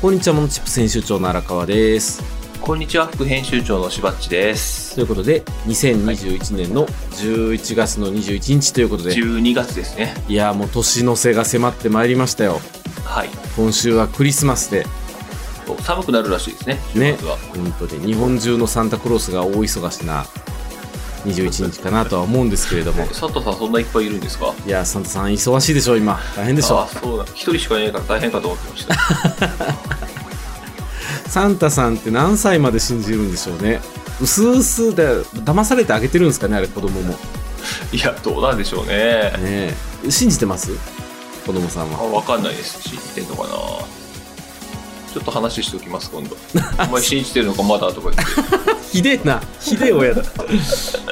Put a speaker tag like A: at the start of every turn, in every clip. A: こんにちは、モノチップ編集長の荒川です。
B: こんにちは、副編集長のしばっちです
A: と。いうことで、2021年の11月の21日ということで、い、
B: 12月ですね。
A: やーもう年の瀬が迫ってまいりましたよ。
B: はい。
A: 今週はクリスマスで、
B: 寒くなるらしいですね、
A: ね
B: 週末は。、
A: 本当に日本中のサンタクロースが大忙しな21日かなとは思うんですけれども、
B: 佐藤さん、そんないっぱいいるんですか
A: いやー、サンタさん忙しいでしょ、今。大変でし
B: あ
A: ょ。
B: そうだ。一人しかいないから大変かと思ってま した。
A: サンタさんって何歳まで信じるんでしょうね。うすうすで騙されてあげてるんですかね、あれ子供も。
B: いや、どうなんでしょうね。
A: ねえ信じてます子供さん
B: あ
A: は。
B: わかんないです。信じてんのかなちょっと話しておきます、今度。お前信じてるのか、まだとか言って。
A: ひでえな、ひでえ親だ。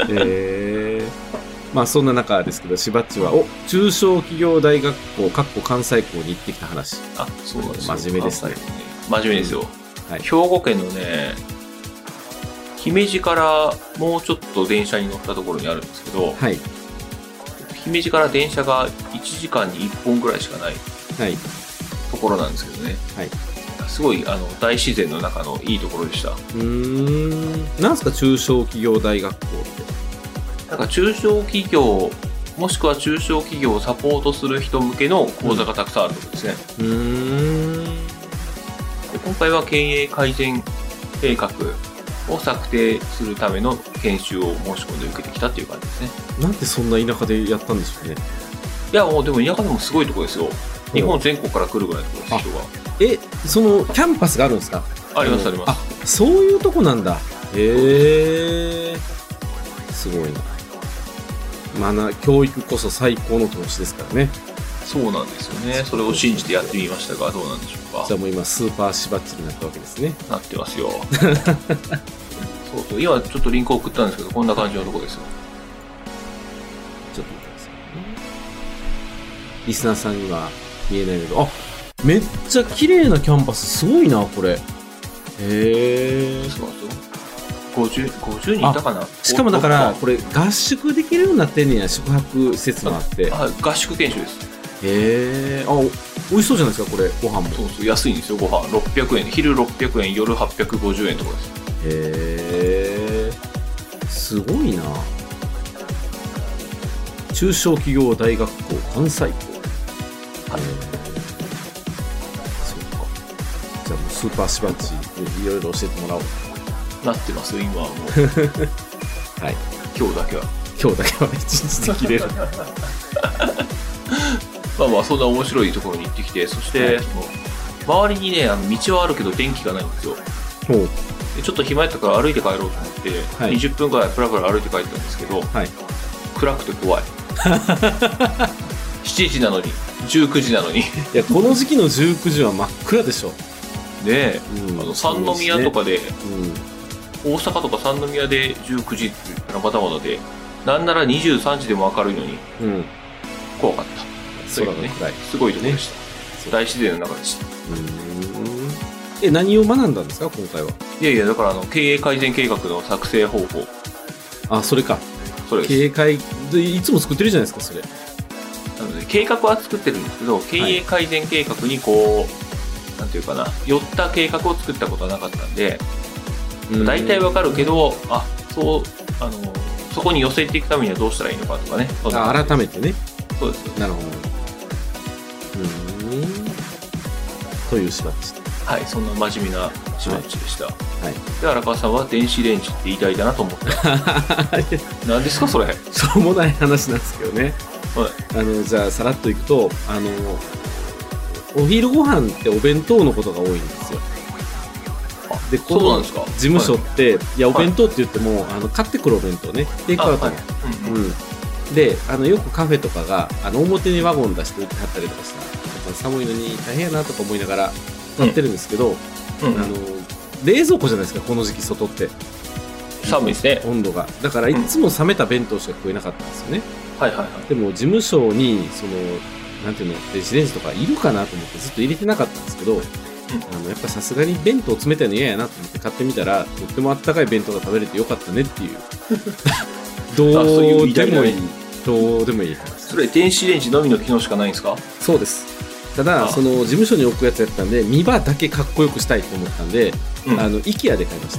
A: えーまあそんな中ですけど、しばっちは、お中小企業大学校、かっこ関西校に行ってきた話。
B: あ、そうなんですよ
A: 真面目ですね。
B: 真面目ですよ。
A: はい
B: 兵庫県のね、姫路からもうちょっと電車に乗ったところにあるんですけど、
A: はい、
B: 姫路から電車が1時間に1本ぐらいしかない
A: はい、
B: ところなんですけどね、
A: はい。
B: すごいあの大自然の中のいいところでした。
A: うーん、なんすか中小企業大学校っ
B: なんか中小企業、もしくは中小企業をサポートする人向けの講座がたくさんあるところですね。
A: て。うーん、
B: で今回は経営改善計画を策定するための研修を申し込んで受けてきたっていう感じですね。
A: なんでそんな田舎でやったんでしょうね。
B: いや、もうでも田舎でもすごいところですよ。日本全国から来るぐらいのところです、人が。
A: え、そのキャンパスがあるんですか
B: ありますあります。
A: あそういうとこなんだへえすごいなまあな教育こそ最高の投資ですからね
B: そうなんですよね。それを信じてやってみましたが、どうなんでしょうか。
A: じゃあもう今スーパーしばっちになったわけですね
B: なってますよ そうそう今ちょっとリンクを送ったんですけどこんな感じのとこですよ
A: ちょっと見てくださいねリスナーさんには見えないけどあめっちゃ綺麗なキャンパスすごいなこれへえ
B: そうそう 50, 50人いたかな
A: しかもだからこれ合宿できるようになってんねや宿泊施設もあってへ
B: あ合宿研修です
A: えあお美味しそうじゃないですかこれご飯も
B: そうそう安いんですよご飯600円昼600円夜850円とかです
A: へえすごいな中小企業大学校関西校
B: はい
A: へーそうかじゃあもうスーパーしばっちいろいろ教えてもらおう
B: なってますよ今はも う
A: はい
B: 今日だけは
A: 今日だけは一日で切 れる
B: まあまあそんな面白いところに行ってきてそし
A: は
B: て、
A: い
B: その周りにねあの道はあるけど電気がないんですよ
A: ほう
B: でちょっと暇やったから歩いて帰ろうと思って、
A: はい
B: 20分ぐらいプラプラ歩いて帰ったんですけど、
A: はい
B: 暗くて 怖い7時なのに19時なのにね
A: いやこの時期の19時は真っ暗でしょ、
B: え
A: う
B: あ
A: ん
B: の三宮と、かで、
A: うん、
B: 大阪とか三宮で19時っていうのまだまだでなんなら23時でも明るいのに
A: うん、
B: 怖かった
A: 空が暗い、
B: すごいとこでした、大自然の中でした
A: うーんえ何を学んだんですか今回はい
B: やいやだからあの経営改善計画の作成方法
A: あそれか
B: それです
A: 警戒でいつも作ってるじゃないですかそれ
B: なので計画は作ってるんですけど経営改善計画にこう、なんていうかな寄った計画を作ったことはなかったんで大体わかるけど、あそうあのそこに寄せていくためにはどうしたらいいのかとかね、そんな
A: あ改めてね
B: そうです、
A: なるほどうーんというしばっち
B: はい、そんな真面目な始末でした。はい
A: はい
B: で、荒川さんは電子レンジって偉大だなと思 って、何ですか、それ、
A: しょうもない話なんですけどねあのじゃあさらっといくとあのお昼ご飯ってお弁当のことが多いんですよ
B: あ
A: で
B: そうなんですか、
A: 事務所
B: はい
A: って、い、やお
B: はい
A: 弁当って言っても、あの買ってくるお弁当ねテイク
B: あ
A: アウト
B: は
A: の
B: いうんうん
A: うん、であのよくカフェとかがあの表にワゴン出して売ってはったりとかしたら寒いのに大変やなとか思いながら買ってるんですけど、
B: うん
A: あの冷蔵庫じゃないですかこの時期外って
B: 寒いですね、
A: 温度がだからいつも冷めた弁当しか食えなかったんですよね、
B: はいはいはい、
A: でも事務所にそのなんていうの電子レンジとかいるかなと思ってずっと入れてなかったんですけどあのやっぱさすがに弁当冷たいの嫌やなと思って買ってみたらとってもあったかい弁当が食べれてよかったねって いうど
B: そういう
A: う
B: 偉
A: で
B: 大な
A: もいいどうでもいい話
B: それ、電子レンジのみの機能しかないんですか、
A: そうです。た
B: あ
A: だ
B: あ
A: その事務所に置くやつやったんで見場だけかっこよくしたいと思ったんで、
B: うん
A: あの IKEA で買いまし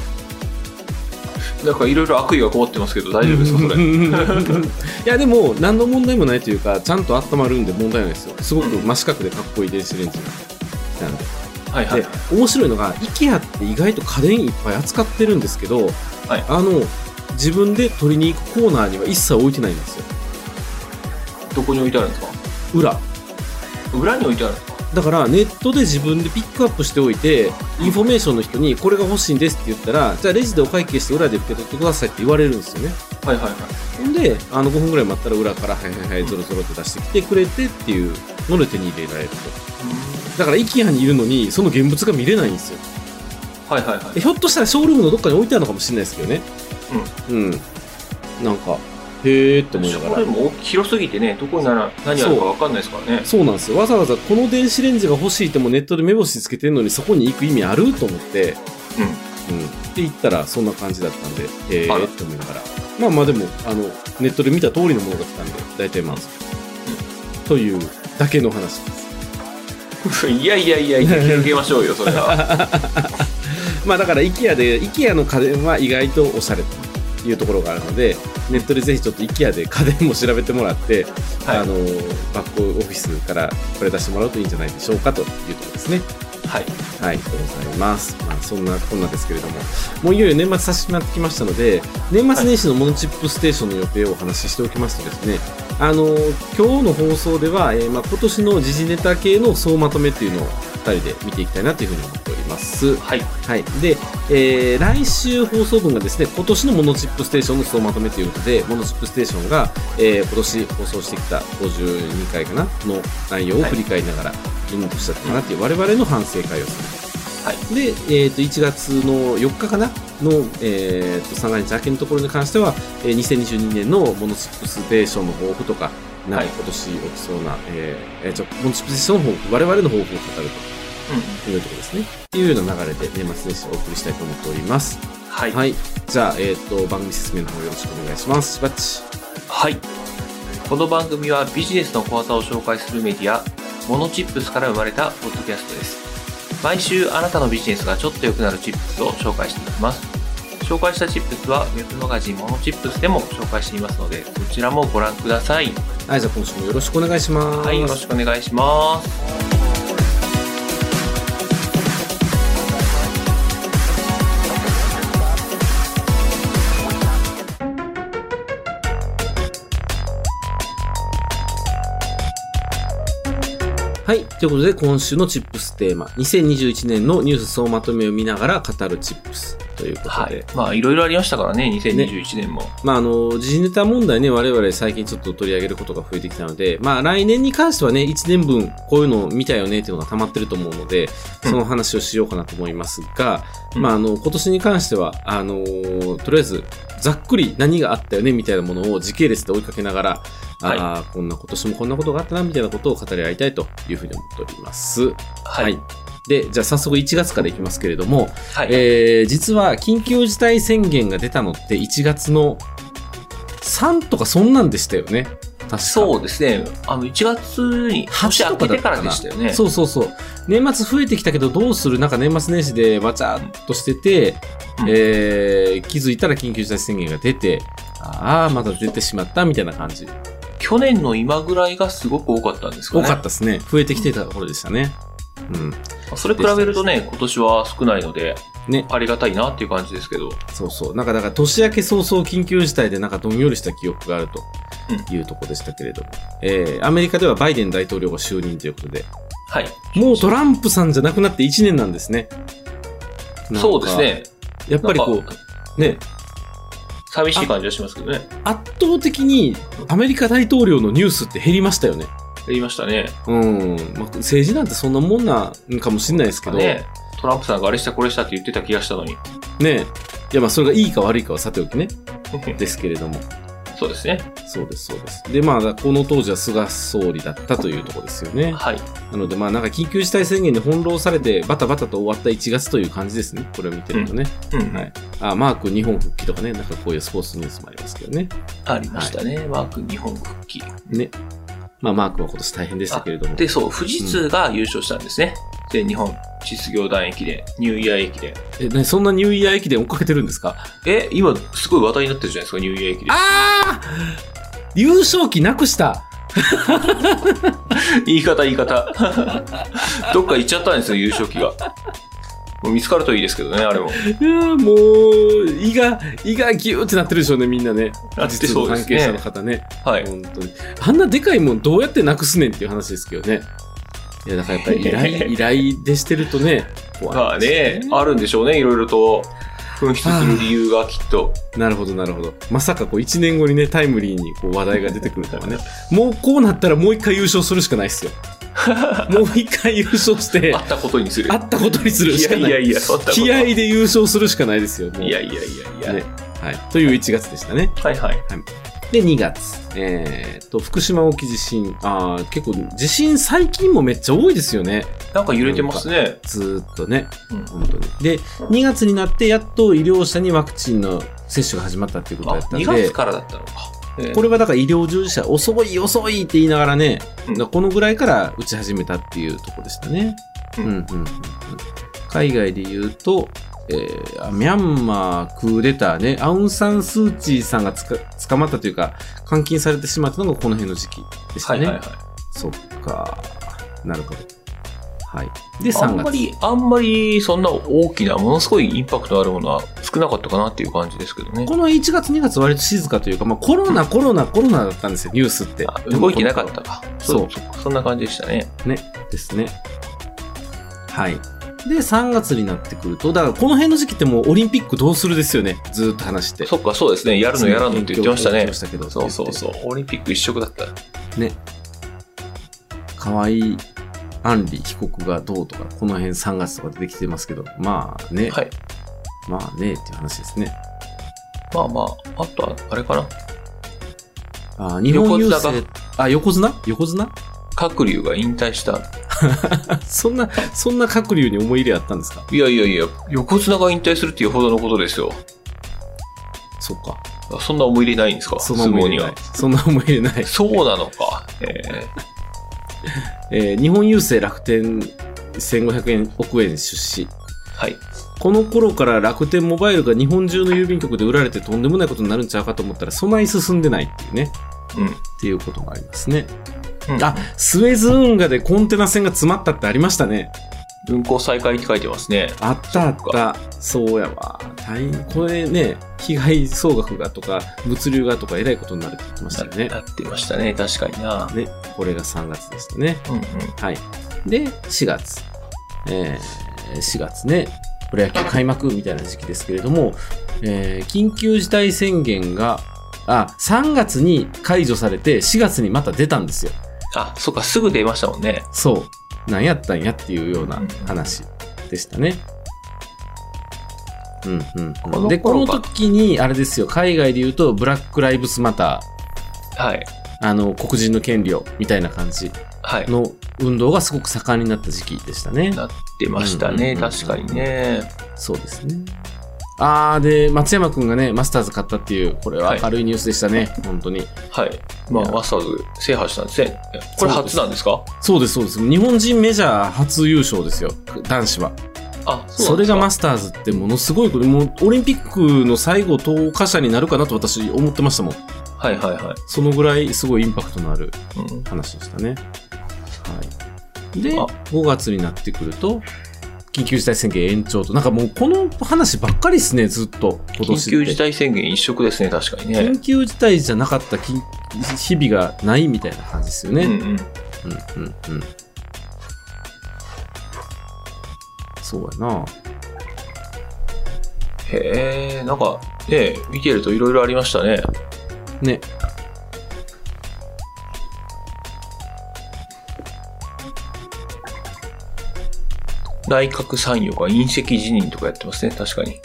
A: た
B: なんかいろいろ悪意がこもってますけど大丈夫です かそれ
A: うんうんうんうんいやでも何の問題もないというかちゃんと温まるんで問題ないですよすごく真四角でかっこいい電子レンジなんで
B: はいはい
A: で面白いのが IKEA って意外と家電いっぱい扱ってるんですけど、
B: はい
A: あの自分で取りに行くコーナーには一切置いてないんですよ
B: どこに置いてあるんですか
A: 裏
B: 裏に置いてあるんですか
A: だからネットで自分でピックアップしておいてインフォメーションの人にこれが欲しいんですって言ったらじゃあレジでお会計して裏で受け取ってくださいって言われるんですよね
B: はいはいはい
A: ほんであの5分ぐらい待ったら裏からはいはいはいゾロゾロって出してきてくれてっていうので手に入れられるとだから IKEA にいるのにその現物が見れないんですよ
B: はいはいはい
A: でひょっとしたらショールームのどっかに置いてあるのかもしれないですけどねうん、なんかへえって思いなが
B: これ
A: ら
B: も広すぎてねどこになら何あるか分かんないですからね
A: そうなんですよわざわざこの電子レンジが欲しいってもネットで目星つけてるのにそこに行く意味あると思ってうんって言ったらそんな感じだったんでへえ
B: あら
A: って思いながらまあまあでもあのネットで見た通りのものが来たんで大体満足、というだけの話です
B: うん いやいやいや いや広げましょうよそれは
A: まあだから IKEA で IKEA の家電は意外とおしゃれというところがあるのでネットでぜひちょっと IKEA で家電も調べてもらって、
B: はい
A: あのバックオフィスからこれ出してもらうといいんじゃないでしょうかというところですね
B: はい
A: はいでございます、まあ、そんなこんなですけれどももういよいよ年末差し迫ってきましたので年末年始のモノチップステーションの予定をお話ししておきますとですねあの今日の放送では、えーまあ、今年の時事ネタ系の総まとめというのを2人で見ていきたいなというふうに思っております
B: はい
A: はい、で、えー来週放送分がですね今年の「モノチップステーション」の総まとめということで「モノチップステーションが」えー今年放送してきた52回かなの内容を振り返りながらどんな年だったかなっていう我々の反省会をする、
B: は
A: で、えー、と1月の4日かなの、えー、と三が日明けのところに関しては、えー2022年の「モノチップステーション」の抱負とかなんか
B: はい
A: 今年起きそうな、えーえーじゃあモノチップステーションの抱負我々の抱負を語ると
B: うん
A: というところですね。っていうような流れで年末年始をお送りしたいと思っております。
B: はい
A: はい。じゃあ、えっ、と、番組説明の方よろしくお願いします。しばっち。
B: はい。この番組はビジネスの小技を紹介するメディア、モノチップスから生まれたポッドキャストです。毎週あなたのビジネスがちょっと良くなるチップスを紹介していきます。紹介したチップスはウェブマガジンモノチップスでも紹介していますので、そちらもご覧ください。
A: はい、じゃあ今週もよろしくお願いします。
B: はい、よろしくお願いします。
A: はい。ということで、今週のチップステーマ、2021年のニュース総まとめを見ながら語るチップスということで、
B: はい。まあ、いろいろありましたからね、2021年も。
A: まあ、あの、時事ネタ問題ね、我々最近ちょっと取り上げることが増えてきたので、まあ、来年に関してはね、1年分こういうのを見たよねっていうのが溜まってると思うので、
B: うん
A: その話をしようかなと思いますが、
B: うん
A: まあ、あの、今年に関しては、あのーとりあえず、ざっくり何があったよねみたいなものを時系列で追いかけながら、
B: はい
A: ああ、こんな今年もこんなことがあったなみたいなことを語り合いたいというふうに思っております。
B: はい。
A: で、じゃあ早速1月からいきますけれども、
B: はい。
A: えー実は緊急事態宣言が出たのって1月の3とかそんなんでしたよね。確か
B: そうですね。あの、1月に、年
A: 8
B: 明
A: とか
B: け
A: だ
B: て
A: った
B: か
A: からら
B: でしたよね。
A: そうそうそう。年末増えてきたけどどうするなんか年末年始でわちゃっとしてて、
B: うん
A: えー気づいたら緊急事態宣言が出て、ああ、まだ出てしまったみたいな感じ。
B: 去年の今ぐらいがすごく多かったんですか
A: 多
B: ね。
A: かったですね。増えてきてた頃でしたね。うん。
B: それ比べるとね、今年は少ないので、
A: ね
B: ありがたいなっていう感じですけど、
A: そうそう。なんか、だから年明け早々緊急事態でなんかどんよりした記憶があるというとこでしたけれども、えーアメリカではバイデン大統領が就任ということで、
B: はい。
A: もうトランプさんじゃなくなって1年なんですね。なんか
B: そうです。ね。
A: やっぱり
B: な
A: こ
B: んか
A: う、ね、
B: 寂しい感じはしますけどね。
A: 圧倒的にアメリカ大統領のニュースって減りましたよね。
B: 言いましたね。
A: うん。まあ政治なんてそんなもんなんかもしれないですけど、ね
B: ね、トランプさんがあれしたこれしたって言ってた気がしたの に。
A: いやまあそれがいいか悪いかはさておきね、ですけれども。
B: そうですね。
A: そうです、そうです。で、まあ、この当時は菅総理だったというところですよね。
B: はい。
A: なので、まあ、なんか緊急事態宣言に翻弄されて、バタバタと終わった1月という感じですね。これを見てるとね。
B: うん。
A: はい。あ、マーク日本復帰とかね、なんかこういうスポーツニュースもありますけどね。
B: ありましたね。マーク日本復帰。
A: ね。まあ、マークは今年大変でしたけれども。
B: で、そう、富士通が優勝したんですね。全日本実業団駅伝、ニューイヤー駅伝。
A: え、なにそんなニューイヤー駅伝追っかけてるんですか
B: え、今、すごい話題になってるじゃないですか、ニューイヤー駅伝。
A: ああ優勝旗なくした
B: 言い方、言 い方。どっか行っちゃったんですよ、優勝旗が。もう見つかるといいですけどね、あれも。
A: いやーもう、胃が、胃がギューってなってるでしょうね、みんなね。
B: なってそうですね
A: 実務関係者の方ね。
B: はい。
A: 本当に。あんなでかいもんどうやってなくすねんっていう話ですけどね。いや、だからやっぱり依 頼、依頼でしてるとね、
B: まあ
A: 怖い
B: ね、あるんでしょうね、いろいろと。紛失する理由がきっと。
A: なるほど、なるほど。まさかこう1年後にね、タイムリーにこう話題が出てくるとは ね。もうこうなったらもう一回優勝するしかないっすよ。もう一回優勝して
B: あ、ったことにする。
A: 会ったことにするしかない。
B: いやいやいや、そんなこと
A: 気合で優勝するしかないですよ。もう
B: いやいやいやいや。
A: ねはい。という1月でしたね。
B: はいはい。
A: で、2月。えー、と、福島沖地震。あー結構、地震最近もめっちゃ多いですよね。
B: なんか揺れてますね。
A: ずーっとね。
B: うん
A: 本当に。で、2月になって、やっと医療者にワクチンの接種が始まったっていうこと
B: あ
A: だったん
B: 2
A: で。
B: 月からだったのか。えー
A: これはだから医療従事者、遅い遅いって言いながらね、
B: うん
A: だからこのぐらいから打ち始めたっていうところでしたね。
B: うん
A: うんうんうんうん海外で言うと、えーあミャンマークーデターね、アウン・サン・スー・チーさんがつか捕まったというか、監禁されてしまったのがこの辺の時期でした
B: はい
A: ね。
B: はいはい。
A: そっか、なるほど。はい。で、
B: あ
A: 3
B: んま
A: 月。
B: り、あんまりそんな大きな、ものすごいインパクトあるものは少なかったかなっていう感じですけどね。
A: この1月、2月割と静かというか、まあ、コロナ、コロナ、コロナだったんですよ、ニュースって
B: あ。動いてなかったか。
A: そう
B: そそんな感じでしたね。
A: ね、ですね。はい。で、3月になってくると、だからこの辺の時期ってもうオリンピックどうするですよね。ずーっと話して。
B: そっか、そうですね。やるのやらんのって言ってましたね。
A: そ
B: そうそうそう。オリンピック一色だった。
A: う。河合安里被告がどうとか、この辺3月とか出てきてますけど、まあね、
B: はい。
A: まあねっていう話ですね。
B: まあまあ、あとは、あれかな。
A: あー日本郵
B: 横綱が
A: 政、あ、横綱横綱
B: 各流が引退した。
A: そんな、そんな各流に思い入れあったんですか
B: いやいやいや、横綱が引退するっていうほどのことですよ。
A: そっか。
B: あそんな思い入れないんですか
A: そんな思い入れない。そんな思い入れない。
B: 相撲には。そうなのか。え
A: えー日本郵政楽天1500円億円出資。
B: ーはい。
A: この頃から楽天モバイルが日本中の郵便局で売られてとんでもないことになるんちゃうかと思ったら、そない進んでないっていうね、
B: う
A: っていうことがありますね。
B: ん。うん
A: あ、スエズ運河でコンテナ船が詰まったってありましたね。
B: 運行再開って書いてますね。
A: あったあった。そうやわ。大変。これね、被害総額がとか、物流がとか、えらいことになるって言ってましたよね。
B: なってましたね。確かにな。
A: ね、これが3月でしたね。
B: うんうん。
A: はい。で、4月。えー4月ね。プロ野球開幕みたいな時期ですけれども、えー緊急事態宣言が、あ、3月に解除されて、4月にまた出たんですよ。
B: あ、そっか、すぐ出ましたもんね。
A: そう。なんやったんやっていうような話でしたね。うんうんうん、
B: の
A: で、こ
B: 頃
A: の
B: か
A: 時に、あれですよ、海外で言うと、ブラック・ライブスマタ
B: はい。
A: ー、あの、黒人の権利を、みたいな感じ
B: はい。
A: の運動がすごく盛んになった時期でしたね。
B: なってましたね。
A: うんうんうん
B: 確かにね。
A: そうですね。あー、で、松山くんがね、マスターズ買ったっていう、これは明るいニュースでしたね、本当に。
B: はい。まあ、
A: いや
B: マスターズ制覇したんですね。これ初なんですか
A: そうです、そうです。日本人メジャー初優勝ですよ、男子は。
B: あ、
A: それがマ
B: ス
A: スターズってものすごいこと、もうオリンピックの最後、投下者になるかなと私思ってましたもん。
B: はいはいは
A: そのぐらいすごいインパクトのある
B: い。うん
A: 話でしたね。はい。で、
B: あ
A: 5月になってくると、緊急事態宣言延長と、なんかもうこの話ばっかりですね、ずっと、今年って。
B: 緊急事態宣言一色ですね、確かにね
A: 緊。急事態じゃなかった緊日々がないみたいな感じですよ
B: うんう
A: ね。
B: ん。
A: うん、うん、うん。そうやな。
B: へえ、なんか、ね、見てるといろいろありましたね。
A: ね。
B: 内閣参与が隕石辞任とかやってますね、確かに。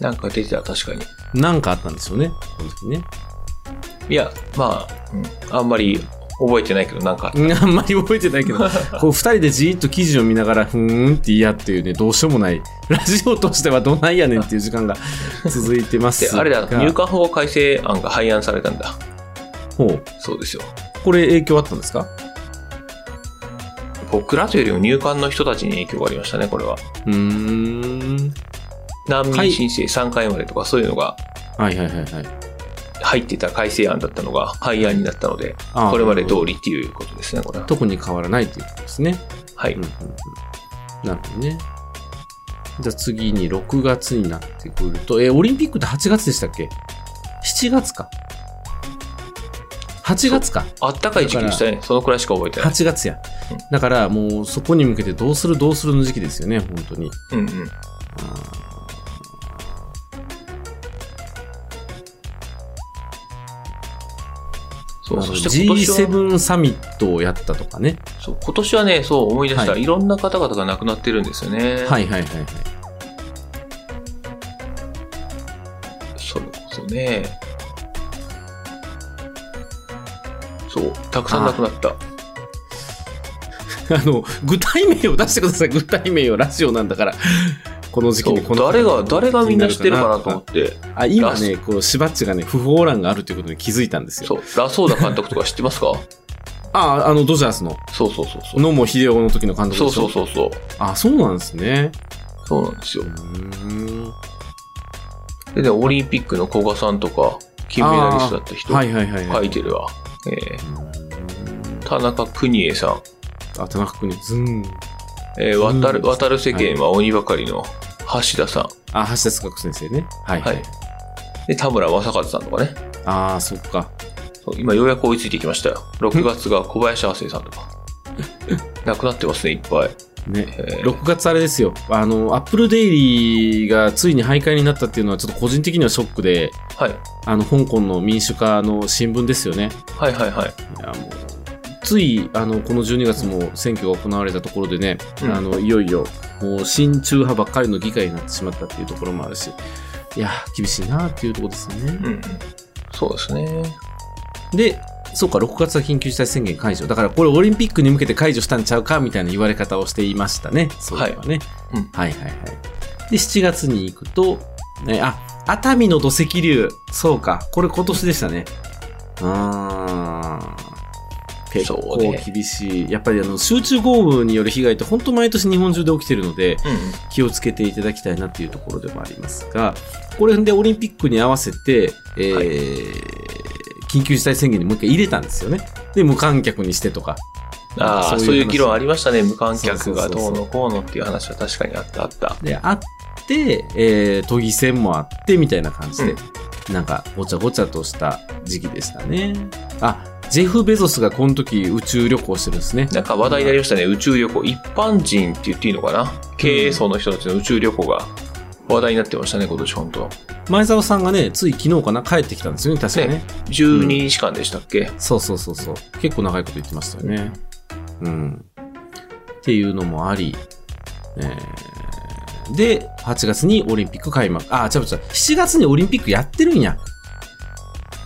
B: なんか出てた、確かに。
A: なんかあったんですよね、この時ね。
B: いや、まあ、うんあんまり覚えてないけど、なんか、
A: うんあんまり覚えて ないけど、こう二人でじーっと記事を見ながら、ふーんって嫌っていうね、どうしようもない、ラジオとしてはどないやねんっていう 時間が続いてます
B: で、
A: が。
B: あれだ、入管法改正案が廃案されたんだ。
A: ほう。
B: そうですよ。
A: これ影響あったんですか
B: 僕らというよりも入管の人たちに影響がありましたね、これは。
A: うーん。
B: 難
A: は
B: 民
A: い
B: 申請3回までとかそういうのが
A: はいはいはいはい。
B: 入ってた改正案だったのが廃案になったので、
A: あー
B: これまで通りっていうことですね、これは。
A: 特に変わらないということですね。
B: は
A: う
B: い
A: んう。んうん。なるほどね。じゃあ次に6月になってくると、え、オリンピックって8月でしたっけ ?7 月か。8月か。
B: あったかい時期でしたね。そのくらいしか覚えてない。
A: 8月や
B: うん。
A: だからもうそこに向けてどうするどうするの時期ですよね、本当に。
B: うんうん。そう、そして今年は。
A: G7 サミットをやったとかね。
B: そう今年はね、そう思い出した、、
A: はい
B: ろんな方々が亡くなってるんですよね。
A: はいはいはいはい。
B: それこそね。そう、たくさん亡くなった。
A: あの、具体名を出してください。具体名をラジオなんだから。この時期
B: そう
A: にこの
B: 誰が、誰がみんな知ってるかなと思って。
A: あ、今ね、こう、しばっちがね、不法欄があるということに気づいたんです
B: そ
A: よ。
B: う、ラソーダ監督とか知ってますか
A: あ、あの、ドジャースの、
B: そうそうそうそう。
A: 野茂英雄の時の監督
B: そ
A: で
B: う
A: し
B: そ
A: ょ
B: うそうそう。
A: あ、そうなんですね。
B: そうなんですよ
A: う。ーん。
B: でね、オリンピックの古賀さんとか、金メダリストだった人、
A: はいはいはいは
B: 書
A: い。
B: いてるわ。え
A: うーん
B: ー田中邦衛さん、
A: あ、田中君に、ズン。
B: えー
A: うん
B: 渡る、渡る世間は鬼ばかりの橋田さん、
A: あ、橋田壽賀子先生ね。はいはい。
B: はいで、田村正和さんとかね。
A: ああ、そっか。
B: そう今ようやく追いついてきましたよ。6月が小林亜生さんとか。 亡くなってますね、いっぱい。
A: ね。
B: えー
A: 6月あれですよ。あの、アップルデイリーがついに廃刊になったっていうのは、ちょっと個人的にはショックで、
B: はい。
A: あの、香港の民主化の新聞ですよね。
B: はいはいはい。
A: いやもうついあのこの12月も選挙が行われたところでね、
B: うん
A: あのいよいよもう親中派ばっかりの議会になってしまったっていうところもあるしいやー厳しいなっていうところですよね
B: うん、うん。そうですね。
A: でそうか6月は緊急事態宣言解除だからこれオリンピックに向けて解除したんちゃうかみたいな言われ方をしていましたねそういえばね、
B: は
A: は
B: いうん
A: いはいはいで7月に行くと、ね、あ熱海の土石流そうかこれ今年でしたねあー結
B: そ
A: 構
B: うね
A: 厳しい、やっぱりあの集中豪雨による被害って本当毎年日本中で起きてるので
B: うんうん。
A: 気をつけていただきたいなっていうところでもありますが、これでオリンピックに合わせて、えー
B: はい
A: 緊急事態宣言にもう一回入れたんですよね。で、無観客にしてとか。
B: あ
A: そうい
B: あ、
A: う話
B: そういう議論ありましたね。無観客が
A: そうそうそ
B: ど
A: う
B: うのこうのっていう話は確かにあったあった。
A: で、あって、えー都議選もあってみたいな感じで、なんかごちゃごちゃとした時期でしたね。あ、ジェフ・ベゾスがこの時宇宙旅行してるんですね。
B: なんか話題になりましたね。宇宙旅行。一般人って言っていいのかな経営層の人たちの宇宙旅行が話題になってましたね、今年本当。
A: 前澤さんがね、つい昨日かな帰ってきたんですよね、確かね。
B: ね12日間でしたっけ、
A: そうそうそうそう。結構長いこと言ってましたよね。うん。っていうのもあり、えーで、8月にオリンピック開幕。あ、違う違う。7月にオリンピックやってるんや。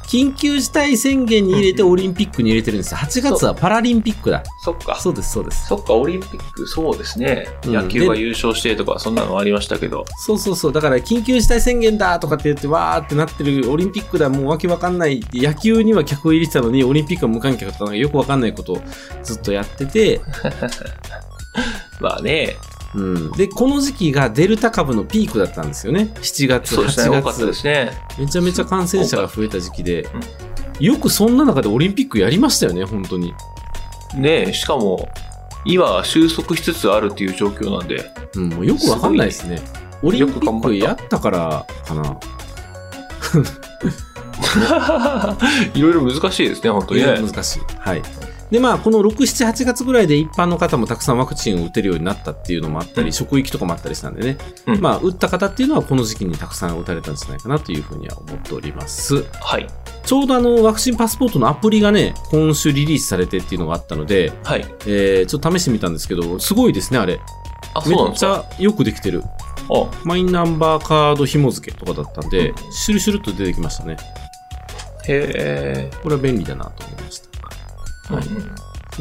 A: 緊急事態宣言に入れて
B: うん
A: オリンピックに入れてるんです。8月はパラリンピックだ。
B: そっか。
A: そうです、そうです。
B: そっか、オリンピック、そうですね。
A: うん
B: 野球が優勝してとか、そんなのありましたけど。
A: そうそうそう。だから緊急事態宣言だとかって言ってわーってなってるオリンピックだもうわけわかんないって野球には客を入れてたのにオリンピックは無観客とかなんかよくわかんないことをずっとやってて、
B: まあね、
A: うん、でこの時期がデルタ株のピークだったんですよね7月、
B: そうですね、
A: 8
B: 多かったで
A: 月
B: すね。
A: めちゃめちゃ感染者が増えた時期で
B: かっ、
A: よくそんな中でオリンピックやりましたよね本当に、
B: ねしかも、今、収束しつつあるっていう状 況なんで、
A: うん、もうよくわかんないですねオリンピ
B: よく頑
A: ック
B: 張った
A: やったからかない
B: ろいろ難しいですね、本当に
A: い
B: ね。
A: や難しい、はい、でまあこの678月ぐらいで一般の方もたくさんワクチンを打てるようになったっていうのもあったり、
B: うん
A: 職域とかもあったりしたんでね、
B: うん
A: まあ打った方っていうのはこの時期にたくさん打たれたんじゃないかなというふうには思っております
B: はい、
A: ちょうどあのワクチンパスポートのアプリがね、今週リリースされてっていうのがあったので、
B: はい。
A: えー、ちょっと試してみたんですけど、すごいですね、あれ。
B: あ、そう
A: め
B: なん
A: っ
B: です
A: ち
B: か。
A: ゃよくできてる。
B: あ
A: マイナンバーカード紐付けとかだったんで、
B: うん
A: シュルシュルっと出てきましたね。
B: へえ。
A: これは便利だなと思いました。はい
B: うんうん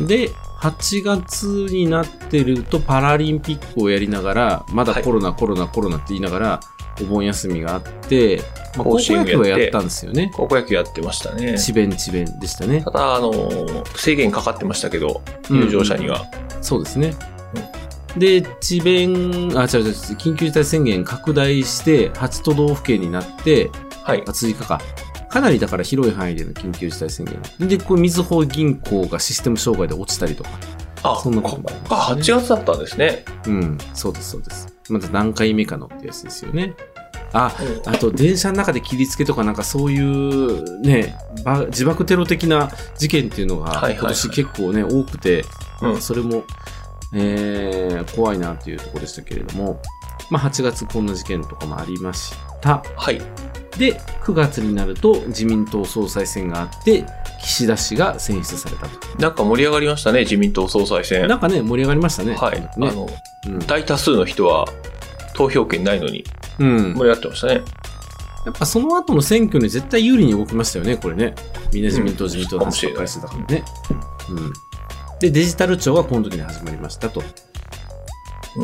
A: で、8月になってるとパラリンピックをやりながら、まだコロナ、コロナ、コロナって言いながら、お盆休みがあって、まあ、高校野球はやったんですよね。
B: 高校野球やってましたね。
A: 智弁智弁でしたね
B: た。だ、あのー制限かかってましたけど、入場者には。
A: そうですね。で、智弁、あ、違う違う違う、緊急事態宣言拡大して、8都道府県になって、
B: はい
A: あ、。追加か。かなりだから広い範囲での緊急事態宣言。で、これ、みずほ銀行がシステム障害で落ちたりとか。
B: あ、
A: そんなこ
B: こと
A: もあります
B: こが8月だったんですね。
A: うん、そうです、そうです。また何回目かのってやつですよね。あ、あと電車の中で切りつけとかなんかそういうね、ば自爆テロ的な事件っていうの
B: はいはいは
A: が
B: い
A: 今年結構ね、多くて、
B: うん
A: それも、えー怖いなっていうところでしたけれども、まあ8月こんな事件とかもありました。
B: はい。
A: で、9月になると自民党総裁選があって、岸田氏が選出されたと。
B: なんか盛り上がりましたね、自民党総裁選。
A: なんかね、盛り上がりましたね。
B: はい。あ
A: ね。
B: の、大多数の人は投票権ないのに
A: うん。うん
B: 盛り上がってましたね。
A: やっぱその後の選挙に絶対有利に動きましたよね、これね。みんな自民党、
B: うん
A: 自民党の話ばっかりしてたからね。うん。で、デジタル庁がこの時に始まりましたと。
B: うん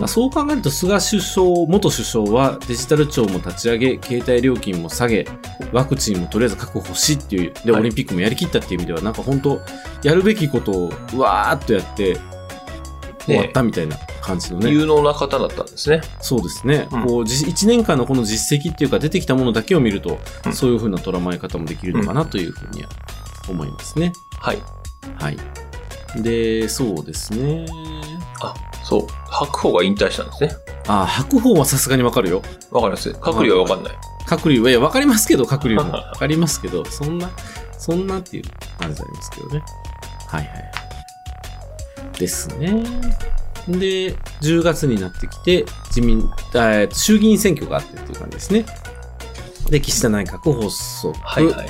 A: あそう考えると、菅首相、元首相はデジタル庁も立ち上げ、携帯料金も下げ、ワクチンもとりあえず確保しっていう、で、
B: はい
A: オリンピックもやりきったっていう意味では、なんか本当、やるべきことをうわーっとやって、終わったみたいな感じのね。
B: 有能な方だったんですね。
A: そうですね、
B: うん
A: こうじ1年間のこの実績っていうか出てきたものだけを見ると、
B: うん
A: そういうふうな捉まえ方もできるのかなというふうには思いますね。
B: はい。
A: はい。で、そうですね。
B: そう。白鵬が引退したんですね。
A: あ、白鵬はさすがにわかるよ。
B: わかります。隔離はわかんない。
A: 各流、いや、わかりますけど、各 流も。わかりますけど、そんな、そんなっていう感じありますけどね。はいはい。ですね。で、10月になってきて、自民、あえー衆議院選挙があってっていう感じですね。で、岸田内閣発足。
B: はいはいはい。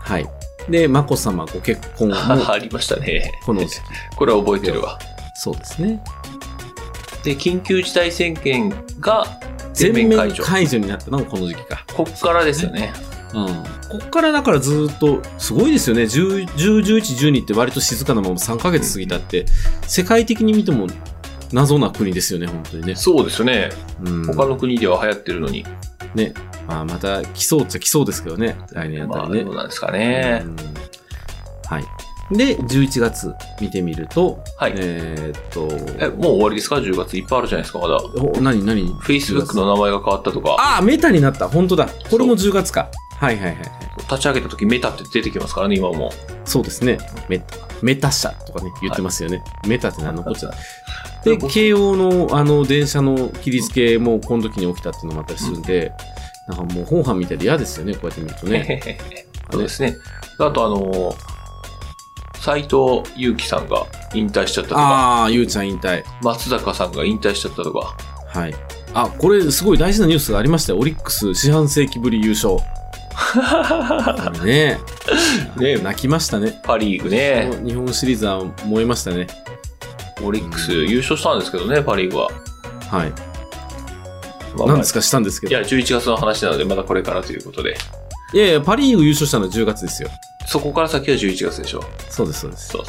A: はいで、眞子さまご結婚も、
B: ありましたね。
A: この時期、
B: これは覚えてるわ。
A: そうですね。
B: で、緊急事態宣言が全
A: 全
B: 面
A: 面
B: 解
A: 解
B: 除
A: 除になったのもこの時期か。
B: こっからですよね。
A: こっからだからずーっとすごいですよね10、10 11、12って割と静かなまま3ヶ月過ぎたって、世界的に見ても謎な国ですよね、本当にね。
B: そうですよね。
A: うん
B: 他の国では流行ってるのに。
A: ねまあ、また来そうっちゃ来そうですけどね、来年あ
B: ま
A: た
B: あ、
A: り
B: ど
A: ね。
B: うなんですかね
A: う。んはい、で、11月見てみると、
B: はい
A: えーっと、
B: え、もう終わりですか ?10 月いっぱいあるじゃないですか、まだ。
A: お何、何
B: Facebook の名前が変わったとか、
A: ああ、メタになった、本当だ、これも10月か。はいはいはいはい。
B: 立ち上げた時メタって出てきますからね、今も。
A: そうですね。メタ、メタ社とかね、言ってますよね。メタって何のこっちゃ
B: で
A: で、
B: 僕
A: 慶応のあの電車の切りつけもこの時に起きたっていうのもあったりするんで、なんかもう本班みたいで嫌ですよね、こうやって見ると ね。
B: そうですね。あと、あの斎藤佑樹さんが引退しちゃったとか、
A: ああ、ゆうちゃん引退。
B: 松坂さんが引退しちゃったとか、
A: はい。あ、これすごい大事なニュースがありましたよ。オリックス四半世紀ぶり優勝。 ね
B: ね
A: え。泣きましたね。
B: パ・リーグね、
A: 日本シリーズは燃えましたね。
B: オリックス優勝したんですけどね、パ・リーグは。
A: はい。
B: まあまあ
A: なんですかしたんですけ
B: い
A: ど。
B: や、11月の話なので、まだこれからということで、
A: いやいや、パリーグ優勝したのは10月ですよ。
B: そこから先は11月でしょ。
A: そうです、そうです。
B: そう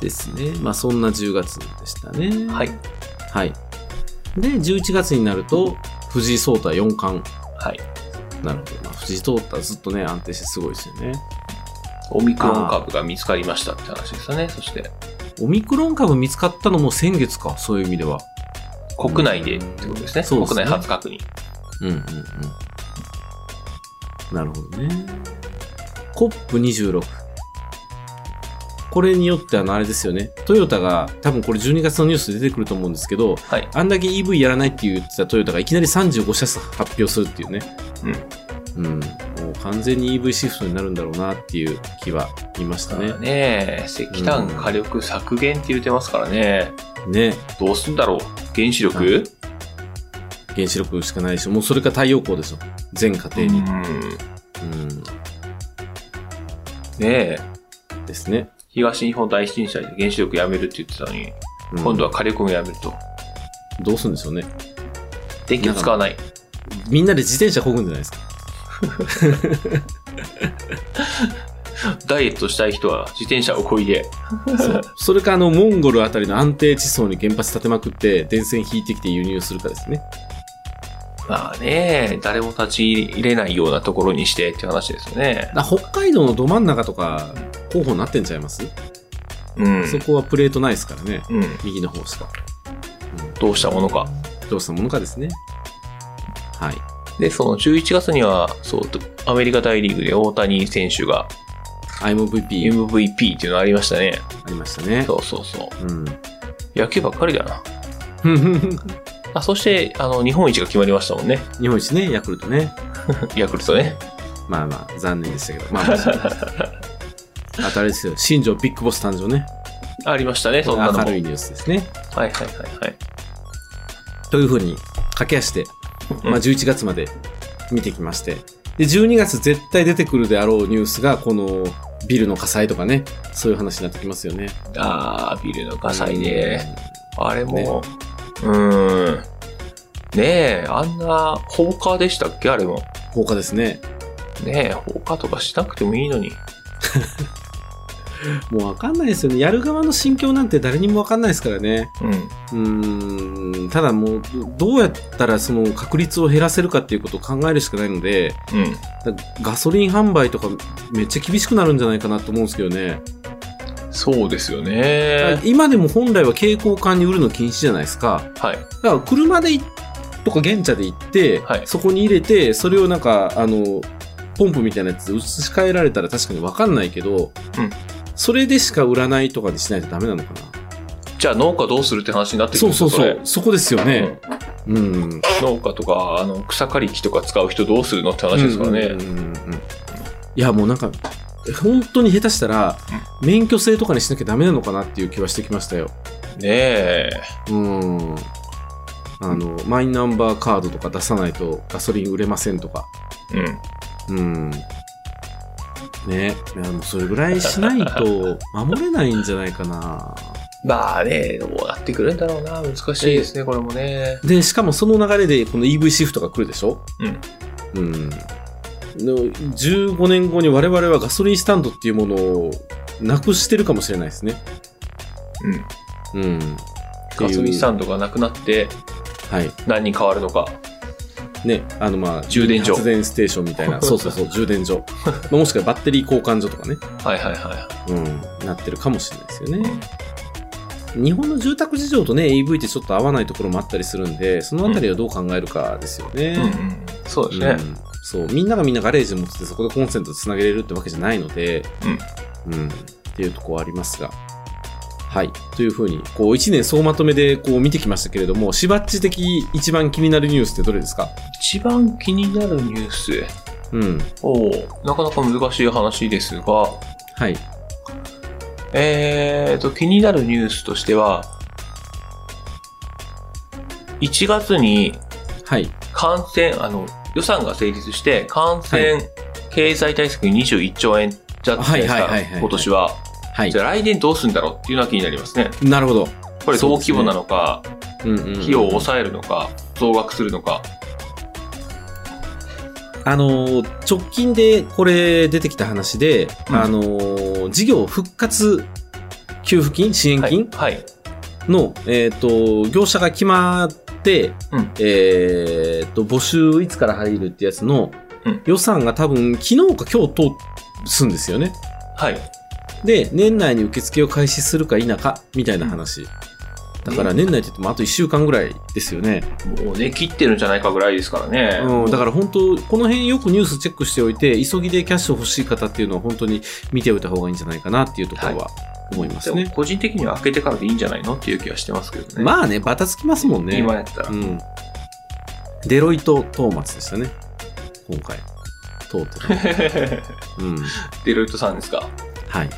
A: ですね。まあそんな10月でしたね。
B: はい。
A: はい。で、11月になると、藤井聡太四冠。
B: はい。
A: なるほど。まあ、藤井聡太ずっとね、安定してすごいですよね。
B: オミクロン株が見つかりましたって話ですよね。そして、
A: オミクロン株見つかったのも先月か、そういう意味では。
B: 国内でってことですね。
A: そうです
B: 国
A: ね
B: 内初確認。
A: うんうんうん。なるほどね。COP26。これによってあの、あれですよね。トヨタが、多分これ12月のニュースで出てくると思うんですけど、
B: はい。
A: あんだけ EV やらないって言ってたトヨタがいきなり35社数発表するっていうね。うん。もう完全に EV シフトになるんだろうなっていう気はいましたね。
B: ねえ石炭火力削減って言ってますからね、
A: ね。
B: どうすんだろう原子力、
A: はい原子力しかないし、もうそれか太陽光でしょ。全家庭
B: う
A: に。
B: ん
A: うん。
B: ねえ
A: ですね。
B: 東日本大震災で原子力やめるって言ってたのに、
A: うん
B: 今度は火力もやめると
A: どうするんでしょうね。
B: 電気を使わない
A: みんなで自転車こぐんじゃないですか。
B: ダイエットしたい人は自転車をこいで
A: そう。それかあの、モンゴルあたりの安定地層に原発建てまくって、電線引いてきて輸入するかですね。
B: まあね、誰も立ち入れないようなところにしてっていう話ですよね。
A: だ北海道のど真ん中とか候補になってんちゃいます、
B: うん。
A: そこはプレートないですからね。
B: うん。
A: 右の方しか。
B: どうしたものか。
A: どうしたものかですね。はい。
B: で、その11月には、そう、アメリカ大リーグで大谷選手が
A: IMVP
B: MVP っていうのありましたね。
A: ありましたね。
B: そうそうそう。
A: うん。
B: 野球ばっかりだな。あ、そして、あの、日本一が決まりましたもんね。
A: 日本一ね、ヤクルトね。
B: ヤクルトね。
A: まあまあ、残念でしたけど。ま あまあそうです、あとあれですよ、新庄ビッグボス誕生ね。
B: ありましたね、そんなのも。
A: 明
B: は
A: る
B: い
A: いニュースですね。
B: はいはいはい。
A: というふうに、駆け足で、
B: うん
A: まあ11月まで見てきまして。で、12月絶対出てくるであろうニュースが、このビルの火災とかね、そういう話になってきますよね。
B: あー、ビルの火災ね。あれも、
A: ね
B: うーん。ねえ、あんな放火でしたっけあれも。
A: うん。効果ですね。
B: ねえ、放火とかしなくてもいいのに。
A: もうわかんないですよね。やる側の心境なんて誰にもわかんないですからね。
B: うん。
A: うーん。ただもう、どうやったらその確率を減らせるかっていうことを考えるしかないので、
B: うん。
A: だガソリン販売とかめっちゃ厳しくなるんじゃないかなと思うんですけどね。
B: そうですよね。
A: 今でも本来は蛍光管に売るの禁止じゃないですか。
B: はい。
A: だから車でいとか現茶で行って、
B: はい
A: そこに入れて、それをなんか、あの、ポンプみたいなやつで移し替えられたら確かにわかんないけど、
B: うん
A: それでしか売らないとかにしないとダメなのかな。
B: じゃあ農家どうするって話になってく
A: そ
B: るん
A: う
B: です
A: そう
B: よ
A: そう。そこですよ
B: れ
A: ね。うん。
B: うん農家とか、あの、草刈り機とか使う人どうするのって話ですからね。
A: うんうんうんうんいや、もうなんか、本当に下手したら、免許制とかにしなきゃダメなのかなっていう気はしてきましたよ。
B: ねえ。
A: うん。あの、マイナンバーカードとか出さないとガソリン売れませんとか。
B: うん。
A: うん。ね。いや、もうそれぐらいしないと守れないんじゃないかな。
B: まあね、どうなってくるんだろうな。難しいですね、これもね。
A: で、しかもその流れでこの EV シフトが来るでしょうん。の15年後に我々はガソリンスタンドっていうものをなくしてるかもしれないですね。
B: うん。
A: うん。
B: ガソリンスタ
A: ン
B: ンドがなくなって
A: はい。
B: 何に変わるのか。
A: ね、あのまあ、
B: 充電所
A: 発電ステーションみたい な、そうそうそう、充電所。まあもしくはバッテリー交換所とかね、
B: はいはいはい。
A: うん、なってるかもしれないですよね。日本の住宅事情とね、AV ってちょっと合わないところもあったりするんで、そのあたりをどう考えるかですよね。
B: うんうん。そうですね。
A: うんそうみんながみんなガレージ持っててそこでコンセントつなげれるってわけじゃないので、うんっていうとこはありますがはいというふうにこう1年総まとめでこう見てきましたけれどもしばっち的一番気になるニュースってどれですか
B: 一番気になるニュース。
A: うん
B: おお、なかなか難しい話ですが、
A: はい
B: えーと、気になるニュースとしては、1月に
A: はい
B: 感染、あの、予算が成立して、感染経済対策に21兆円じゃないです
A: はいはいはいはいは
B: か、
A: い
B: 今年は。
A: はい
B: じゃあ来年どうするんだろうっていうのは気になりますね。
A: なるほど、
B: これ小規模なのか、
A: うんうん
B: 費用を抑えるのか、増額するのか。
A: あのー直近でこれ出てきた話で、
B: うん
A: あのー事業復活給付金支援
B: は
A: 金、
B: い。はい。
A: の、えっと業者が決まって、
B: うん
A: えっと募集いつから入るってやつの
B: うん
A: 予算が多分昨日か今日通すんですよね。
B: はい。
A: で年内に受付を開始するか否かみたいな話。だから年内って言ってもあと1週間ぐらいですよね。
B: もうね、切ってるんじゃないかぐらいですからね。、
A: うん、だからら本当、この辺よくニュースチェックしておいて、急ぎでキャッシュ欲しい方っていうのは本当に見ておいた方がいいんじゃないかなっていうところは思いますね。
B: 個人的には開けてからでいいんじゃないのっていう気はしてますけどね。
A: まあね、バタつきますもんね。
B: 今やったら。
A: うん。デロイト・トーマツでしたね。今回。とうとう。 うん。
B: デロイトさんですか
A: はい。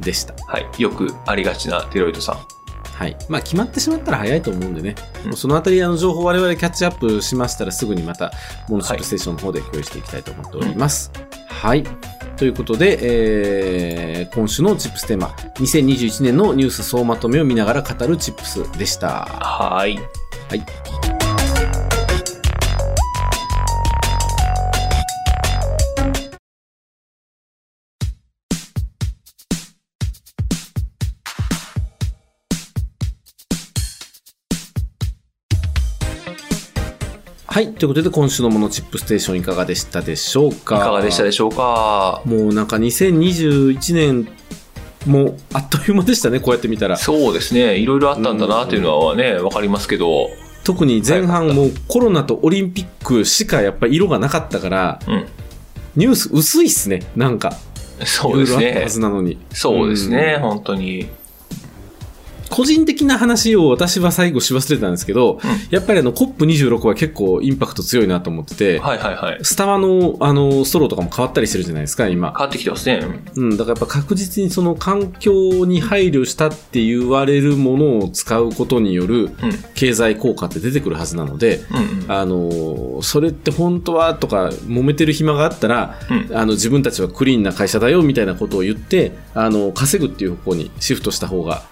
A: でした。
B: はい。よくありがちなデロイトさん。
A: はい。まあ、決まってしまったら早いと思うんでね。
B: うん
A: もうそのあたり、あの、情報我々キャッチアップしましたら、すぐにまた、モノシッ
B: はい
A: プステーションの方で共有していきたいと思っております。はい。ということで、えー今週のチップステーマ、2021年のニュース総まとめを見ながら語るチップスでした。
B: はーい。
A: はい。はい。ということで、今週のモノチップステーションいかがでしたでしょうか
B: いかがでしたでしょうか
A: もうなんか2021年もあっという間でしたね、こうやって見たら。
B: そうですねいろいろあったんだなっていうのはねわかりますけど
A: 特に前半もうコロナとオリンピックしかやっぱ色がなかったから、
B: うん
A: ニュース薄いっすね、なんか。
B: そうです
A: いろいろあった
B: ね
A: はずなのに。
B: そうですね、
A: うん
B: 本当に
A: 個人的な話を私は最後し忘れてたんですけど、やっぱりあの COP26 は結構インパクト強いなと思ってて、
B: はいはいはい
A: スタバのあのストローとかも変わったりしてるじゃないですか、今
B: 変。わってきてますねうん
A: うん、だからやっぱ確実にその環境に配慮したって言われるものを使うことによる
B: うん
A: 経済効果って出てくるはずなので、
B: うん
A: あの、それって本当はとか揉めてる暇があったら、
B: うん
A: あの自分たちはクリーンな会社だよみたいなことを言って、あの、稼ぐっていう方向にシフトした方が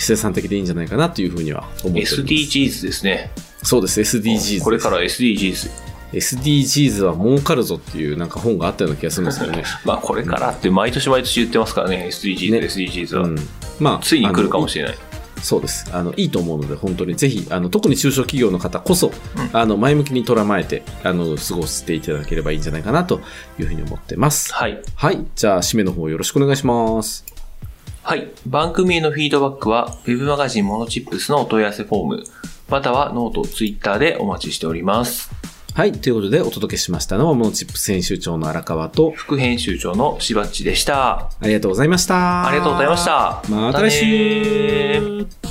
A: 生産的でいいんじゃないかなというふうには思っております。
B: SDGs ですね
A: そうです、SDGs です。
B: これから SDGs
A: SDGs は儲かるぞっていうなんか本があったような気がするんですけ どね。
B: まあこれからって毎年毎年言ってますからね SDGs、
A: ね
B: SDGs は、
A: うん、まあ、
B: ついに来るか
A: れ
B: も
A: ない
B: しれない
A: そうです。あの、いいと思うので、本当にぜひ、あの、特に中小企業の方こそ、
B: う
A: あの、前向きにとらまえて、あの、過ごしていただければいいんじゃないかなというふうに思ってます。
B: はい
A: はい。じゃあ、締めの方よろしくお願いします。
B: はい。番組へのフィードバックは、ウェブマガジンモノチップスのお問い合わせフォーム、またはノート、ツイッターでお待ちしております。
A: はい。ということで、お届けしましたのは、モノチップ編集長の荒川と、
B: 副編集長のしばっちでした。
A: ありがとうございました。
B: ありがとうございまし。た。
A: また来
B: ねー
A: 週。